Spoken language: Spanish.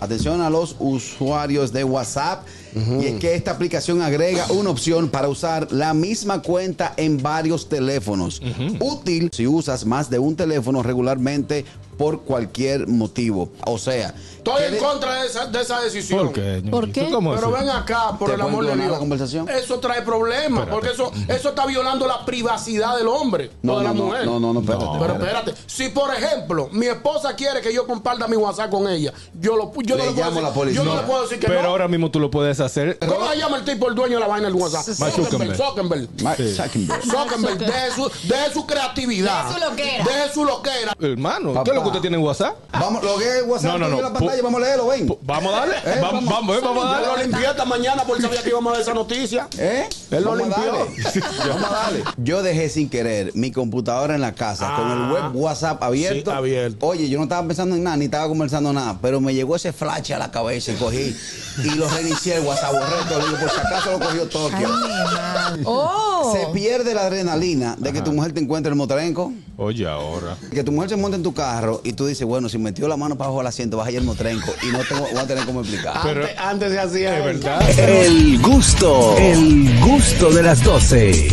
Atención a los usuarios de WhatsApp. Y es que esta aplicación agrega una opción para usar la misma cuenta en varios teléfonos. Útil si usas más de un teléfono regularmente por cualquier motivo. O sea, Estoy en ¿quieres- contra de esa, de esa decisión. ¿Por qué? ¿Por qué? ¿Tú cómo Pero así? ven acá, por ¿Te el puedo amor de incluir en la Dios. conversación? Eso trae problemas, porque eso, eso está violando la privacidad del hombre o No, de no, la no, mujer. no, no, no, espérate, Pero espérate. espérate, si por ejemplo mi esposa quiere que yo comparta mi WhatsApp con ella, yo, lo, Le yo, no, le puedo llamo a la decir, policía. yo no No, le puedo decir que Pero no. ahora mismo tú lo puedes hacer. ¿Cómo se llama el tipo, el dueño de la vaina del WhatsApp? Mark Zuckerberg. Zuckerberg. Zuckerberg. Mark Zuckerberg. Zuckerberg, Zuckerberg. deje su, deje su creatividad. Deje su loquera. Deje su loquera. Hermano, Papá. ¿qué es lo que usted tiene en WhatsApp? Vamos, lo que es WhatsApp, No, no, tú no. ves la pantalla, Pu- vamos a leerlo, ven. Pu- Vamos a darle. Eh, vamos, vamos. vamos, eh, vamos a Yo lo darle. limpié esta mañana porque sabía que íbamos a ver esa noticia. ¿Eh? Él lo Vamos a limpió. darle. Vamos a darle. Yo dejé sin querer mi computadora en la casa con el web WhatsApp abierto. Ah. Sí, abierto. Oye, yo no estaba pensando en nada, ni estaba conversando nada, pero me llegó ese flash a la cabeza y cogí y lo reinicié el WhatsApp borré todo. Digo, por si acaso lo cogió Tokio. Oh. Se pierde la adrenalina de que tu mujer te encuentre en el motrenco. Oye, ahora. Que tu mujer se monte en tu carro y tú dices, bueno, si metió la mano para abajo del asiento, vas a ir al motrenco y no te voy voy a tener cómo explicar. Pero- antes, antes se hacía Es eso. verdad. El gusto, el gusto de las 12.